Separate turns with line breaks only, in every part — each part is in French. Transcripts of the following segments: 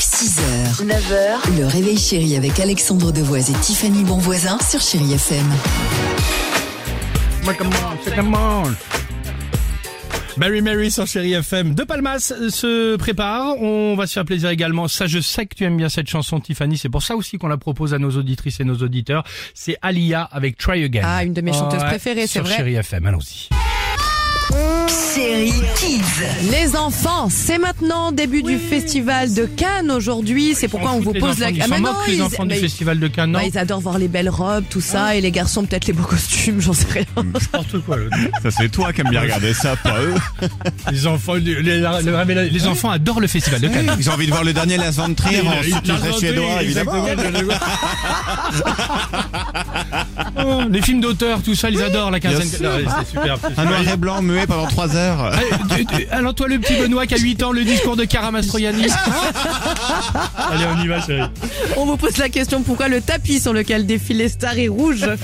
6h, 9h, le réveil chéri avec Alexandre Devoise et Tiffany Bonvoisin sur Chéri FM.
Moi, come on, c'est come on. Barry Mary sur Chéri FM. De Palmas se prépare. On va se faire plaisir également. Ça, je sais que tu aimes bien cette chanson, Tiffany. C'est pour ça aussi qu'on la propose à nos auditrices et nos auditeurs. C'est Alia avec Try Again.
Ah, une de mes chanteuses
Ouais,
préférées, c'est
sur
vrai.
Chéri FM, allons-y.
Chéri Kids.
Les enfants, c'est maintenant début du festival de Cannes aujourd'hui. C'est pourquoi on vous pose la
question.
Ah,
Ils
mais
s'en
non,
moquent, les
ils-
enfants du
mais-
festival de Cannes. Non,
bah, ils adorent voir les belles robes, tout ça, et les garçons peut-être les beaux costumes, j'en sais rien.
n'importe quoi. le-
Ça c'est toi qui aimes bien regarder ça, pas eux.
Les enfants, du- les, la- la- la- les enfants adorent le festival de Cannes.
Ils ont envie de voir le dernier Lars von Trier
Ah,
en sous-titré suédois, évidemment.
Oh, Les films d'auteur, tout ça, ils adorent la quinzaine.
sûr.
Ouais, C'est superbe. c'est
Un
superbe.
noir et blanc muet pendant 3 heures.
Allez, tu- tu- Alors toi le petit Benoît qui a 8 ans, le discours de Karamastroianni. Allez, on y va chérie.
On vous pose la question pourquoi le tapis sur lequel défilent les stars est rouge.
Euh,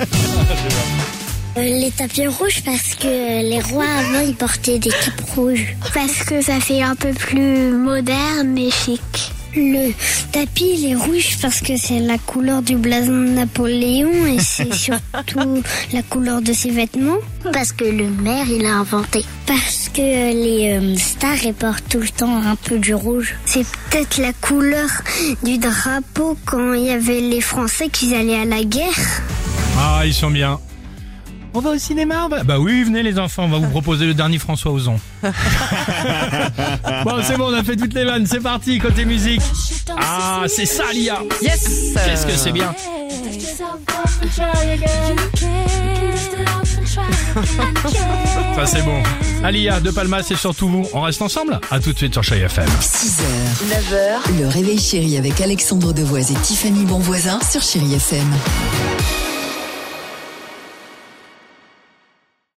Les tapis rouges parce que les rois avant ils portaient des capes rouges. Parce que ça fait un peu plus moderne et chic. Le tapis il est rouge parce que c'est la couleur du blason de Napoléon et c'est surtout la couleur de ses vêtements. Parce que le maire il a inventé. Parce que les euh, stars ils portent tout le temps un peu du rouge. C'est peut-être la couleur du drapeau quand il y avait les Français qui allaient à la guerre.
Ah ils sont bien. On va au cinéma on va- Bah oui, venez les enfants, on va vous proposer le dernier François Ozon. bon, c'est bon, on a fait toutes les vannes, c'est parti, côté musique. Ah, c'est ça, Lia
Yes
Qu'est-ce que c'est bien Ça, c'est bon. Alia, De Palma, c'est surtout vous. On reste ensemble À tout de suite sur Chai FM.
6h, 9h, le réveil chéri avec Alexandre Devoise et Tiffany Bonvoisin sur Chéri FM.